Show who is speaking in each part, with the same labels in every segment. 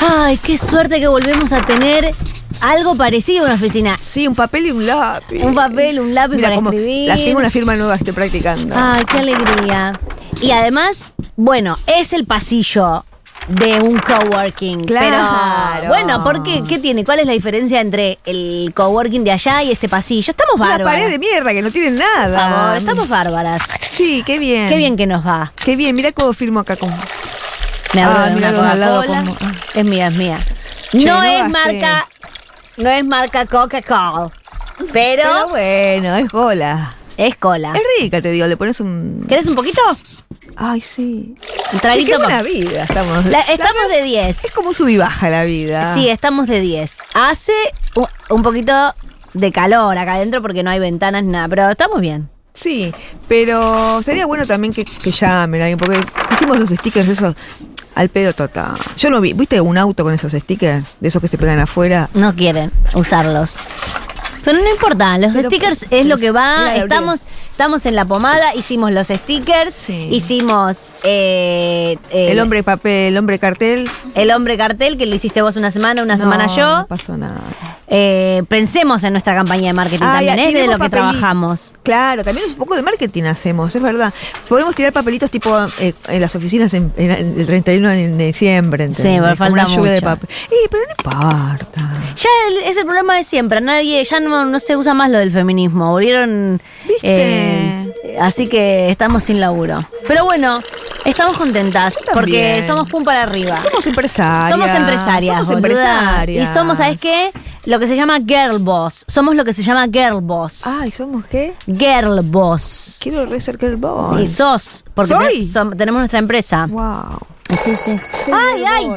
Speaker 1: Ay, qué suerte que volvemos a tener algo parecido a una oficina.
Speaker 2: Sí, un papel y un lápiz.
Speaker 1: Un papel, un lápiz
Speaker 2: Mira,
Speaker 1: para
Speaker 2: como
Speaker 1: escribir. Ah,
Speaker 2: La firma, una firma nueva estoy practicando.
Speaker 1: Ay, qué alegría. Y además, bueno, es el pasillo de un coworking.
Speaker 2: Claro.
Speaker 1: Pero, bueno, ¿por qué? ¿Qué tiene? ¿Cuál es la diferencia entre el coworking de allá y este pasillo? Estamos
Speaker 2: una
Speaker 1: bárbaras.
Speaker 2: pared de mierda que no tiene
Speaker 1: por
Speaker 2: nada.
Speaker 1: favor, estamos bárbaras.
Speaker 2: Sí, qué bien.
Speaker 1: Qué bien que nos va.
Speaker 2: Qué bien, mira cómo firmo acá con.
Speaker 1: Me abro
Speaker 2: Ah,
Speaker 1: de
Speaker 2: mira
Speaker 1: una
Speaker 2: los al lado
Speaker 1: Coca-Cola.
Speaker 2: como- ah.
Speaker 1: Es mía, es mía.
Speaker 2: Che,
Speaker 1: no,
Speaker 2: no
Speaker 1: es
Speaker 2: gasté.
Speaker 1: marca, no es marca Coca-Cola, pero,
Speaker 2: Pero bueno, es gola.
Speaker 1: es cola.
Speaker 2: Es rica, te digo, le pones un.
Speaker 1: ¿Querés un poquito?
Speaker 2: Ay, sí.
Speaker 1: Un
Speaker 2: Sí, qué
Speaker 1: traguito
Speaker 2: buena
Speaker 1: más.
Speaker 2: vida estamos.
Speaker 1: La- estamos de 10.
Speaker 2: Es como un sub y baja la vida.
Speaker 1: Sí, estamos de 10. Hace u- un poquito de calor acá adentro porque no hay ventanas ni nada, pero estamos bien.
Speaker 2: Sí, pero sería bueno también que, que llamen a alguien, porque hicimos los stickers esos al pedo total. Yo no vi, ¿viste un auto con esos stickers? De esos que se pegan afuera.
Speaker 1: No quieren usarlos. Pero no importa, los
Speaker 2: Pero,
Speaker 1: stickers
Speaker 2: pero,
Speaker 1: es lo que
Speaker 2: era de
Speaker 1: va.
Speaker 2: abril.
Speaker 1: Estamos, estamos en la pomada, hicimos los stickers,
Speaker 2: Sí.
Speaker 1: hicimos eh, eh,
Speaker 2: El hombre papel, el hombre cartel.
Speaker 1: el hombre cartel, que lo hiciste vos una semana, una
Speaker 2: No,
Speaker 1: semana yo.
Speaker 2: No pasó nada.
Speaker 1: Eh, pensemos en nuestra campaña de marketing
Speaker 2: Ay,
Speaker 1: también, es de
Speaker 2: tiremos
Speaker 1: lo que
Speaker 2: papelito.
Speaker 1: trabajamos.
Speaker 2: Claro, también un poco de marketing hacemos, es verdad. Podemos tirar papelitos tipo eh, en las oficinas en, en- en el 31 de diciembre.
Speaker 1: Sí, pero
Speaker 2: ¿entendés? Como
Speaker 1: falta
Speaker 2: una lluvia de
Speaker 1: mucho.
Speaker 2: papel. Eh, pero no importa.
Speaker 1: Ya el- es el problema de siempre, nadie, ya no, no se usa más lo del feminismo, volvieron...
Speaker 2: ¿Viste?
Speaker 1: eh, así que estamos sin laburo. Pero bueno, estamos contentas,
Speaker 2: Yo
Speaker 1: porque
Speaker 2: también.
Speaker 1: somos pum para arriba.
Speaker 2: Somos empresarias.
Speaker 1: Somos empresarias,
Speaker 2: Somos
Speaker 1: boluda.
Speaker 2: empresarias.
Speaker 1: Y somos, ¿sabes qué? Lo que se llama girl boss. Somos lo que se llama girl boss.
Speaker 2: Ay, ¿somos qué?
Speaker 1: Girl boss.
Speaker 2: Quiero recercar el bol.
Speaker 1: Y sos, porque
Speaker 2: ¿Soy?
Speaker 1: te- som- tenemos nuestra empresa.
Speaker 2: Wow.
Speaker 1: Sí, sí. Ay, ay,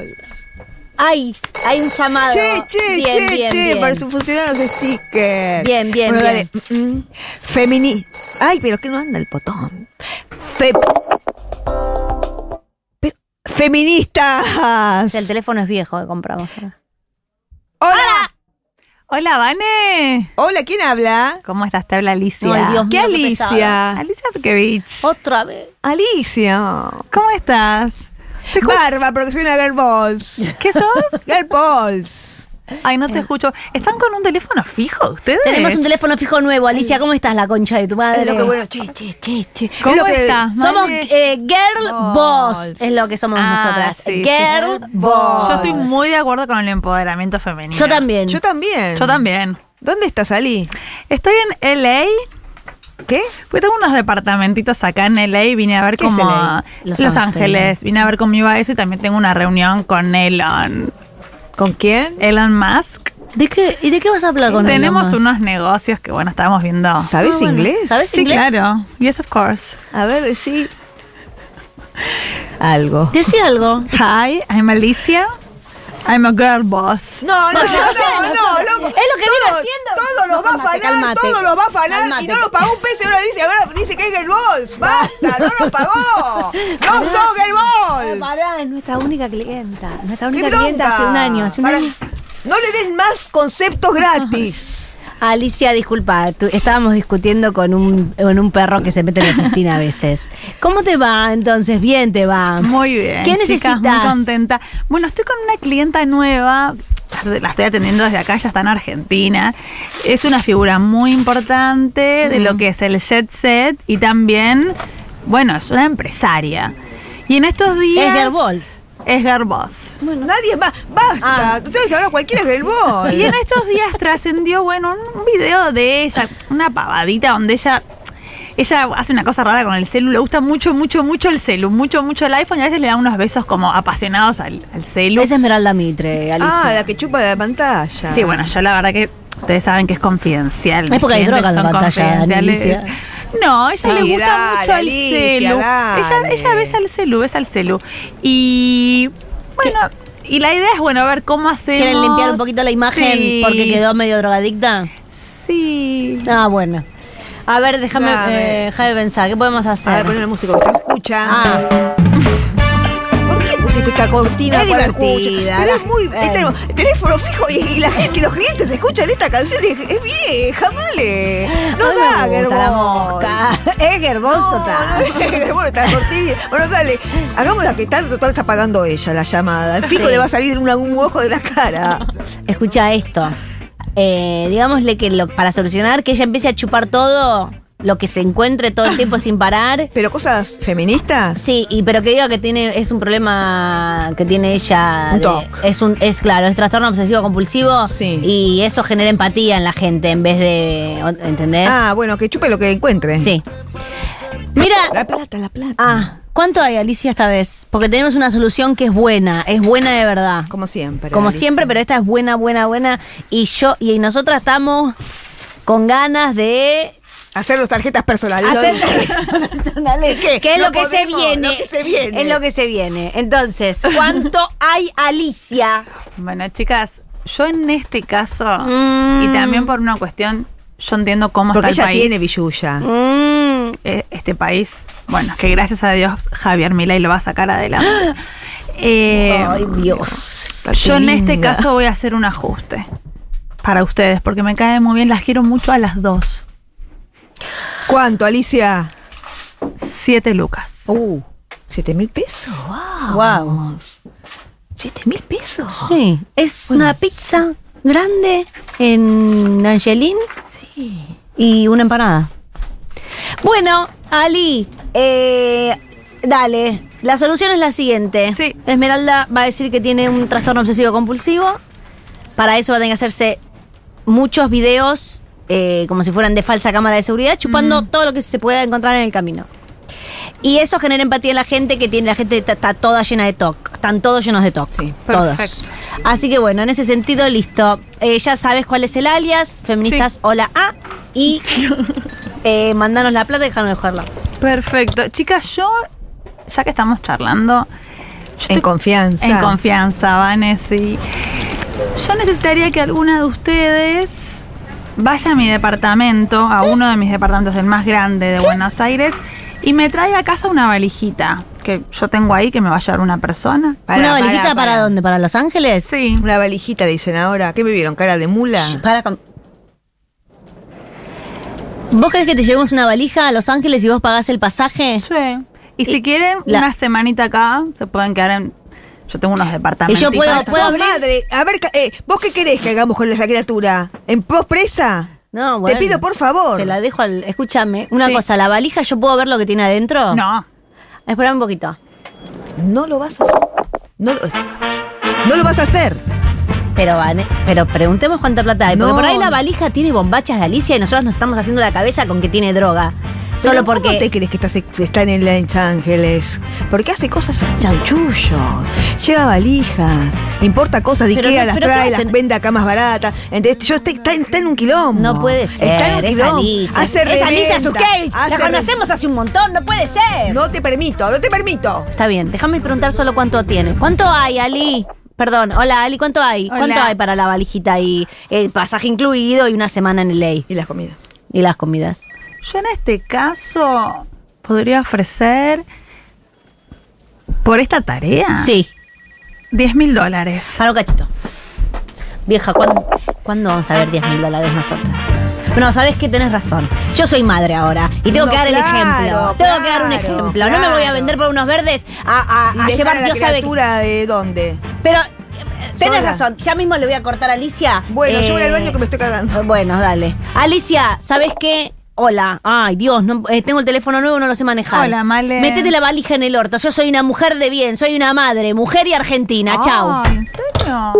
Speaker 1: ay, hay un llamado.
Speaker 2: Che, che,
Speaker 1: Bien,
Speaker 2: che,
Speaker 1: bien,
Speaker 2: che,
Speaker 1: bien.
Speaker 2: para su funcionar los stickers.
Speaker 1: Bien, bien,
Speaker 2: bueno,
Speaker 1: bien.
Speaker 2: Dale. Mm, mm. Femini. Ay, pero que no anda el botón. Fe- Pero- Feministas.
Speaker 1: El teléfono es viejo que compramos. ahora.
Speaker 2: Hola.
Speaker 3: Hola, Vane.
Speaker 2: Hola, ¿quién habla?
Speaker 3: ¿Cómo estás? Te habla Alicia.
Speaker 1: Ay, Dios mío,
Speaker 2: ¿Qué
Speaker 1: qué
Speaker 2: Alicia?
Speaker 3: Alicia Tukevich.
Speaker 1: Otra vez.
Speaker 2: Alicia.
Speaker 3: ¿Cómo estás? Te ju-
Speaker 2: Barba, porque soy una girl balls.
Speaker 3: ¿Qué sos?
Speaker 2: Girl balls.
Speaker 3: Ay, no te escucho. ¿Están con un teléfono fijo ustedes?
Speaker 1: Eh. Tenemos un teléfono fijo nuevo, Alicia. ¿Cómo estás, la concha de tu madre?
Speaker 2: Es lo que bueno, che, che, che, che. Es
Speaker 3: ¿Cómo
Speaker 2: lo que-
Speaker 3: estás?
Speaker 1: Somos
Speaker 3: Vane?
Speaker 1: eh, girl boss.
Speaker 2: Boss.
Speaker 1: Es lo que somos
Speaker 3: Ah,
Speaker 1: nosotras.
Speaker 3: sí, sí.
Speaker 1: Girl boss.
Speaker 2: Boss.
Speaker 3: Yo estoy muy de acuerdo con el empoderamiento femenino.
Speaker 1: Yo también.
Speaker 2: Yo también.
Speaker 3: Yo también.
Speaker 2: ¿Dónde estás, Ali?
Speaker 3: Estoy en LA.
Speaker 2: ¿Qué?
Speaker 3: Porque tengo unos departamentitos acá en LA. Vine a ver
Speaker 2: ¿Qué es
Speaker 3: como
Speaker 2: LA?
Speaker 1: Los
Speaker 3: Los,
Speaker 1: Ángeles.
Speaker 3: Ángeles. Vine a ver con mi a eso y también tengo una reunión con Elon.
Speaker 2: ¿Con quién?
Speaker 3: Elon Musk.
Speaker 1: ¿De qué, ¿Y de qué vas a hablar con
Speaker 3: Tenemos
Speaker 1: uno
Speaker 3: unos negocios que bueno, estábamos viendo.
Speaker 2: ¿Sabes
Speaker 1: Ah, bueno.
Speaker 2: inglés?
Speaker 1: ¿Sabes?
Speaker 3: Sí,
Speaker 1: inglés?
Speaker 3: claro. Yes, of course.
Speaker 2: A ver, sí. Algo.
Speaker 1: Decí algo.
Speaker 3: Hi, I'm Alicia. I'm a girl boss.
Speaker 2: No, no, no,
Speaker 1: Porque-
Speaker 2: no, no, loco.
Speaker 1: Es lo que viene haciendo.
Speaker 2: Todos
Speaker 1: No,
Speaker 2: los va a
Speaker 1: calmate,
Speaker 2: afanar,
Speaker 1: calmate.
Speaker 2: todos los va a afanar
Speaker 1: Calmate.
Speaker 2: y no lo pagó un peso y ahora dice, ahora dice que es Girl Balls. Basta, no lo pagó. No sos Girl Balls.
Speaker 1: Eh, Pará, es nuestra única clienta. Nuestra
Speaker 2: ¡Qué
Speaker 1: única clienta hace un
Speaker 2: bronca!
Speaker 1: año. Hace un
Speaker 2: Para-
Speaker 1: año.
Speaker 2: No le des más conceptos gratis.
Speaker 1: Alicia, disculpa, tú- estábamos discutiendo con un, con un perro que se mete en la oficina a veces. ¿Cómo te va entonces? Bien te va.
Speaker 3: Muy bien.
Speaker 1: ¿Qué
Speaker 3: chicas,
Speaker 1: necesitas?
Speaker 3: muy contenta. Bueno, estoy con una clienta nueva. La estoy atendiendo desde acá, ya está en Argentina. Es una figura muy importante de
Speaker 1: Mm.
Speaker 3: lo que es el jet set y también, bueno, es una empresaria. Y en estos días.
Speaker 1: Es Gerbols.
Speaker 3: Es girl boss.
Speaker 2: Nadie más.
Speaker 1: Ah.
Speaker 2: Basta. Ustedes ahora cualquiera es del bol.
Speaker 3: Y en estos días trascendió, bueno, un video de ella, una pavadita donde ella. Ella hace una cosa rara con el celu, le gusta mucho, mucho, mucho el celu, mucho, mucho el iPhone y a veces le da unos besos como apasionados al, al celu.
Speaker 1: Es Esmeralda Mitre, Alicia.
Speaker 2: Ah, la que chupa la pantalla.
Speaker 3: Sí, bueno, yo la verdad que ustedes saben que es confidencial.
Speaker 1: Es
Speaker 3: mis
Speaker 1: porque hay
Speaker 3: clientes
Speaker 1: droga en la
Speaker 3: son
Speaker 1: pantalla,
Speaker 3: confidenciales.
Speaker 1: Alicia.
Speaker 3: No, a ella
Speaker 2: Sí,
Speaker 3: le gusta
Speaker 2: dale,
Speaker 3: mucho el
Speaker 2: Alicia,
Speaker 3: celu. Ella,
Speaker 2: dale.
Speaker 3: ella besa el celu, besa el celu. Y bueno, y la idea es, bueno, a ver cómo hacemos.
Speaker 1: ¿Quieren limpiar un poquito la imagen
Speaker 3: Sí.
Speaker 1: porque quedó medio drogadicta?
Speaker 3: Sí.
Speaker 1: Ah, bueno. A ver, déjame,
Speaker 2: Dame.
Speaker 1: eh, déjame pensar, ¿qué podemos
Speaker 2: A ver,
Speaker 1: hacer?
Speaker 2: poner la música que usted escucha.
Speaker 1: Ah,
Speaker 2: ¿Por qué puse pusiste esta cortina
Speaker 1: Es
Speaker 2: para
Speaker 1: divertida,
Speaker 2: escuchar.
Speaker 1: la-
Speaker 2: Pero es muy.
Speaker 1: eh.
Speaker 2: tenemos teléfono fijo y, y la gente, los clientes escuchan esta canción y es, es vieja, male. No
Speaker 1: A mí
Speaker 2: da,
Speaker 1: me gusta la
Speaker 2: Gerbón.
Speaker 1: mosca. Es Gerbón
Speaker 2: No,
Speaker 1: total.
Speaker 2: no, bueno, está cortina. Bueno, dale. Hagamos la que está, total está pagando ella la llamada. El fijo
Speaker 1: Sí.
Speaker 2: le va a salir una- un ojo de la cara.
Speaker 1: Escucha esto. Eh, digámosle que lo- para solucionar que ella empiece a chupar todo lo que se encuentre todo el tiempo sin parar.
Speaker 2: Pero cosas feministas.
Speaker 1: Sí, y pero que diga que tiene es un problema que tiene ella.
Speaker 2: Un
Speaker 1: de-
Speaker 2: TOC.
Speaker 1: es un es claro, es trastorno obsesivo compulsivo
Speaker 2: Sí.
Speaker 1: y eso genera empatía en la gente en vez de o- ¿entendés?
Speaker 2: Ah, bueno, que chupe lo que encuentre.
Speaker 1: Sí. Mira,
Speaker 2: La plata, la plata.
Speaker 1: ah, ¿cuánto hay Alicia esta vez? Porque tenemos una solución que es buena, es buena de verdad.
Speaker 2: Como siempre.
Speaker 1: Como
Speaker 2: Alicia.
Speaker 1: siempre, pero esta es buena, buena, buena. Y yo, y nosotras estamos con ganas de
Speaker 2: Hacer las tarjetas personales.
Speaker 1: hacer
Speaker 2: Lo dije.
Speaker 1: personales.
Speaker 2: ¿Y qué?
Speaker 1: Que es
Speaker 2: No
Speaker 1: lo que
Speaker 2: podemos,
Speaker 1: se viene.
Speaker 2: lo que se viene.
Speaker 1: Es lo que se viene. Entonces, ¿cuánto hay Alicia?
Speaker 3: Bueno, chicas, yo en este caso,
Speaker 1: Mm.
Speaker 3: y también por una cuestión, yo entiendo cómo
Speaker 2: Porque
Speaker 3: está
Speaker 2: ella
Speaker 3: el país.
Speaker 2: tiene billulla.
Speaker 1: Mm,
Speaker 3: eh, este país. Bueno, que gracias a Dios Javier Milei lo va a sacar adelante. Eh,
Speaker 1: Ay, Dios.
Speaker 3: yo en este
Speaker 2: linda.
Speaker 3: caso voy a hacer un ajuste para ustedes, porque me cae muy bien, las quiero mucho a las dos.
Speaker 2: ¿Cuánto, Alicia?
Speaker 3: Siete lucas.
Speaker 1: Uh,
Speaker 2: ¿Siete mil pesos?
Speaker 1: wow.
Speaker 2: ¿Siete mil pesos?
Speaker 1: Sí, es una pizza grande en Angelín
Speaker 2: Sí.
Speaker 1: y una empanada. Bueno, Ali, eh, dale. La solución es la siguiente.
Speaker 3: Sí.
Speaker 1: Esmeralda va a decir que tiene un trastorno obsesivo compulsivo. Para eso va a tener que hacerse muchos videos eh, como si fueran de falsa cámara de seguridad, chupando
Speaker 3: Mm.
Speaker 1: todo lo que se pueda encontrar en el camino. Y eso genera empatía en la gente que tiene, la gente está, está toda llena de TOC, están todos llenos de TOC,
Speaker 2: Sí,
Speaker 1: todos.
Speaker 3: perfecto.
Speaker 1: Así que bueno, en ese sentido, listo. Eh, ya sabes cuál es el alias, feministas
Speaker 3: Sí.
Speaker 1: hola A, y eh, mandanos la plata y dejarnos de jugarla.
Speaker 3: Perfecto. Chicas, yo, ya que estamos charlando, yo
Speaker 2: En
Speaker 3: estoy-
Speaker 2: confianza.
Speaker 3: En confianza, Vanessa. Yo necesitaría que alguna de ustedes vaya a mi departamento, a uno de mis departamentos, el más grande de Buenos Aires, y me traiga a casa una valijita que yo tengo ahí que me va a llevar una persona.
Speaker 2: Pará,
Speaker 1: ¿Una
Speaker 2: pará,
Speaker 1: valijita para,
Speaker 2: pará.
Speaker 1: dónde? ¿Para Los Ángeles?
Speaker 3: Sí.
Speaker 2: Una valijita le dicen ahora. ¿Qué me vieron? ¿Cara de mula?
Speaker 1: Sh, para con- ¿Vos crees que te llevemos una valija a Los Ángeles y vos pagás el pasaje?
Speaker 3: Sí. Y si
Speaker 1: Y
Speaker 3: quieren
Speaker 1: la-
Speaker 3: una semanita acá, se pueden quedar en. Yo tengo unos departamentos.
Speaker 1: puedo-
Speaker 2: Sos
Speaker 1: puedo- abrir?
Speaker 2: madre. A ver, ca- eh, ¿vos qué querés que hagamos con la criatura? ¿En pos presa?
Speaker 1: No, bueno.
Speaker 2: Te pido, por favor.
Speaker 1: Se la dejo al. Escúchame. Una
Speaker 3: Sí.
Speaker 1: cosa, ¿la valija yo puedo ver lo que tiene adentro?
Speaker 3: No.
Speaker 1: Espera un poquito.
Speaker 2: No lo vas a hacer. No lo, no lo vas a hacer.
Speaker 1: Pero, Vane- pero preguntemos cuánta plata hay. Porque
Speaker 2: No,
Speaker 1: por ahí la
Speaker 2: no.
Speaker 1: valija tiene bombachas de Alicia y nosotros nos estamos haciendo la cabeza con que tiene droga. Solo
Speaker 2: Pero ¿Cómo te
Speaker 1: porque.
Speaker 2: crees que estás, están en Los Ángeles? Porque hace cosas chanchullos. Lleva valijas. Importa cosas de
Speaker 1: Pero
Speaker 2: Ikea,
Speaker 1: no,
Speaker 2: las
Speaker 1: pero
Speaker 2: trae,
Speaker 1: claro,
Speaker 2: las
Speaker 1: ten-
Speaker 2: vende acá más baratas. Entonces, yo estoy- está, en- está en un quilombo.
Speaker 1: No puede ser.
Speaker 2: Está en un
Speaker 1: es
Speaker 2: quilombo.
Speaker 1: Alicia.
Speaker 2: Hace
Speaker 1: es Alicia
Speaker 2: reventa,
Speaker 1: Zurkevich. La
Speaker 2: hace
Speaker 1: conocemos hace un montón. No puede
Speaker 2: re-
Speaker 1: ser.
Speaker 2: No te permito, no te permito.
Speaker 1: Está bien. Déjame preguntar solo cuánto tiene. ¿Cuánto hay, Ali? Perdón. Hola, Ali. ¿Cuánto hay?
Speaker 3: Hola.
Speaker 1: ¿Cuánto hay para la valijita y el pasaje incluido y una semana en ley
Speaker 2: Y las comidas.
Speaker 1: y las comidas?
Speaker 3: Yo en este caso podría ofrecer por esta tarea
Speaker 1: Sí.
Speaker 3: 10 mil dólares.
Speaker 1: Para un cachito. Vieja, ¿cuándo, cuándo vamos a ver 10 mil dólares nosotros? No, sabes que tenés razón. Yo soy madre ahora y tengo
Speaker 2: No,
Speaker 1: que dar el
Speaker 2: claro,
Speaker 1: ejemplo. Tengo que dar un
Speaker 2: claro,
Speaker 1: ejemplo. No me voy a
Speaker 2: claro.
Speaker 1: vender por unos verdes a,
Speaker 2: ¿Y
Speaker 1: a- a
Speaker 2: dejar
Speaker 1: llevar
Speaker 2: a la
Speaker 1: Dios sabe.
Speaker 2: criatura de dónde?
Speaker 1: Pero eh, tenés
Speaker 2: Sola.
Speaker 1: razón. Ya mismo le voy a cortar a Alicia.
Speaker 2: Bueno, yo voy
Speaker 1: eh,
Speaker 2: al baño que me estoy cagando.
Speaker 1: Eh, Bueno, dale. Alicia, ¿sabes qué? Hola. Ay, Dios, no, eh, tengo el teléfono nuevo, no lo sé manejar.
Speaker 3: Hola, Male.
Speaker 1: Métete la valija en el orto. Yo soy una mujer de bien, soy una madre, mujer y
Speaker 3: Ah.
Speaker 1: argentina. Chau.
Speaker 3: Ay, ¿En serio?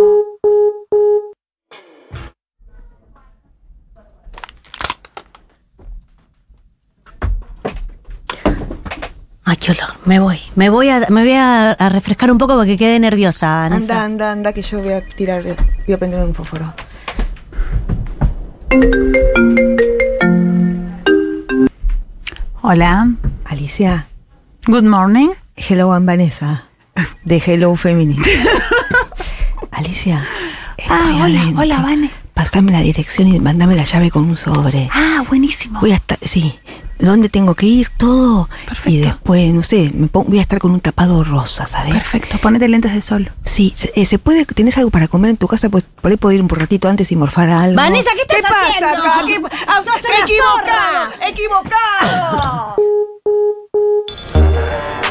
Speaker 1: Ay, qué olor. Me voy. Me voy a, me voy a, a refrescar un poco porque quedé nerviosa,
Speaker 2: Anda,
Speaker 1: Vanessa.
Speaker 2: anda, anda, que yo voy a tirar, voy a prender un fósforo.
Speaker 3: Hola.
Speaker 2: Alicia,
Speaker 3: Good morning.
Speaker 2: hello, I'm Vanessa,
Speaker 3: Ah.
Speaker 2: de Hello Feminist. Alicia, estoy
Speaker 3: Ah, hola,
Speaker 2: adentro.
Speaker 3: hola, Vane.
Speaker 2: Pasame la dirección y mandame la llave con un sobre.
Speaker 3: Ah, buenísimo.
Speaker 2: Voy a estar, sí, dónde tengo que ir, todo. Y
Speaker 3: Perfecto.
Speaker 2: después, no sé, me pon- voy a estar con un tapado rosa, ¿sabes?
Speaker 3: Perfecto, ponete lentes de sol.
Speaker 2: Sí, se, eh, se puede, tenés algo para comer en tu casa, pues por ahí puedo ir un ratito antes y morfar algo.
Speaker 1: Vanessa, ¿qué estás haciendo?
Speaker 2: Ah,
Speaker 1: ¡Sos una
Speaker 2: ¡Equivocado!
Speaker 1: zorra!
Speaker 2: ¡Equivocado!